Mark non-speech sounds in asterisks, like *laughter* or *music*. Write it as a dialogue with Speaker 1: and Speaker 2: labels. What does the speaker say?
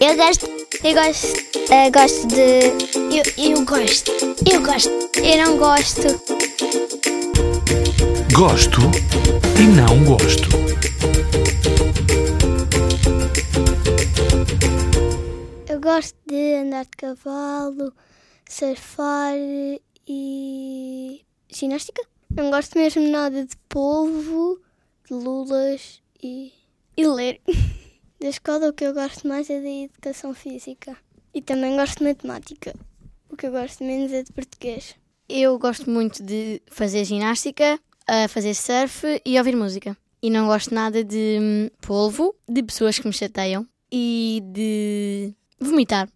Speaker 1: Eu gosto. Eu gosto. Eu gosto de. Eu, eu gosto. Eu gosto. Eu não gosto.
Speaker 2: Gosto e não gosto.
Speaker 1: Eu gosto de andar de cavalo, surfar e. ginástica. Não gosto mesmo nada de polvo, de lulas e. e ler. *laughs* Da escola, o que eu gosto mais é da educação física. E também gosto de matemática. O que eu gosto menos é de português.
Speaker 3: Eu gosto muito de fazer ginástica, a fazer surf e ouvir música. E não gosto nada de hum, polvo, de pessoas que me chateiam e de vomitar.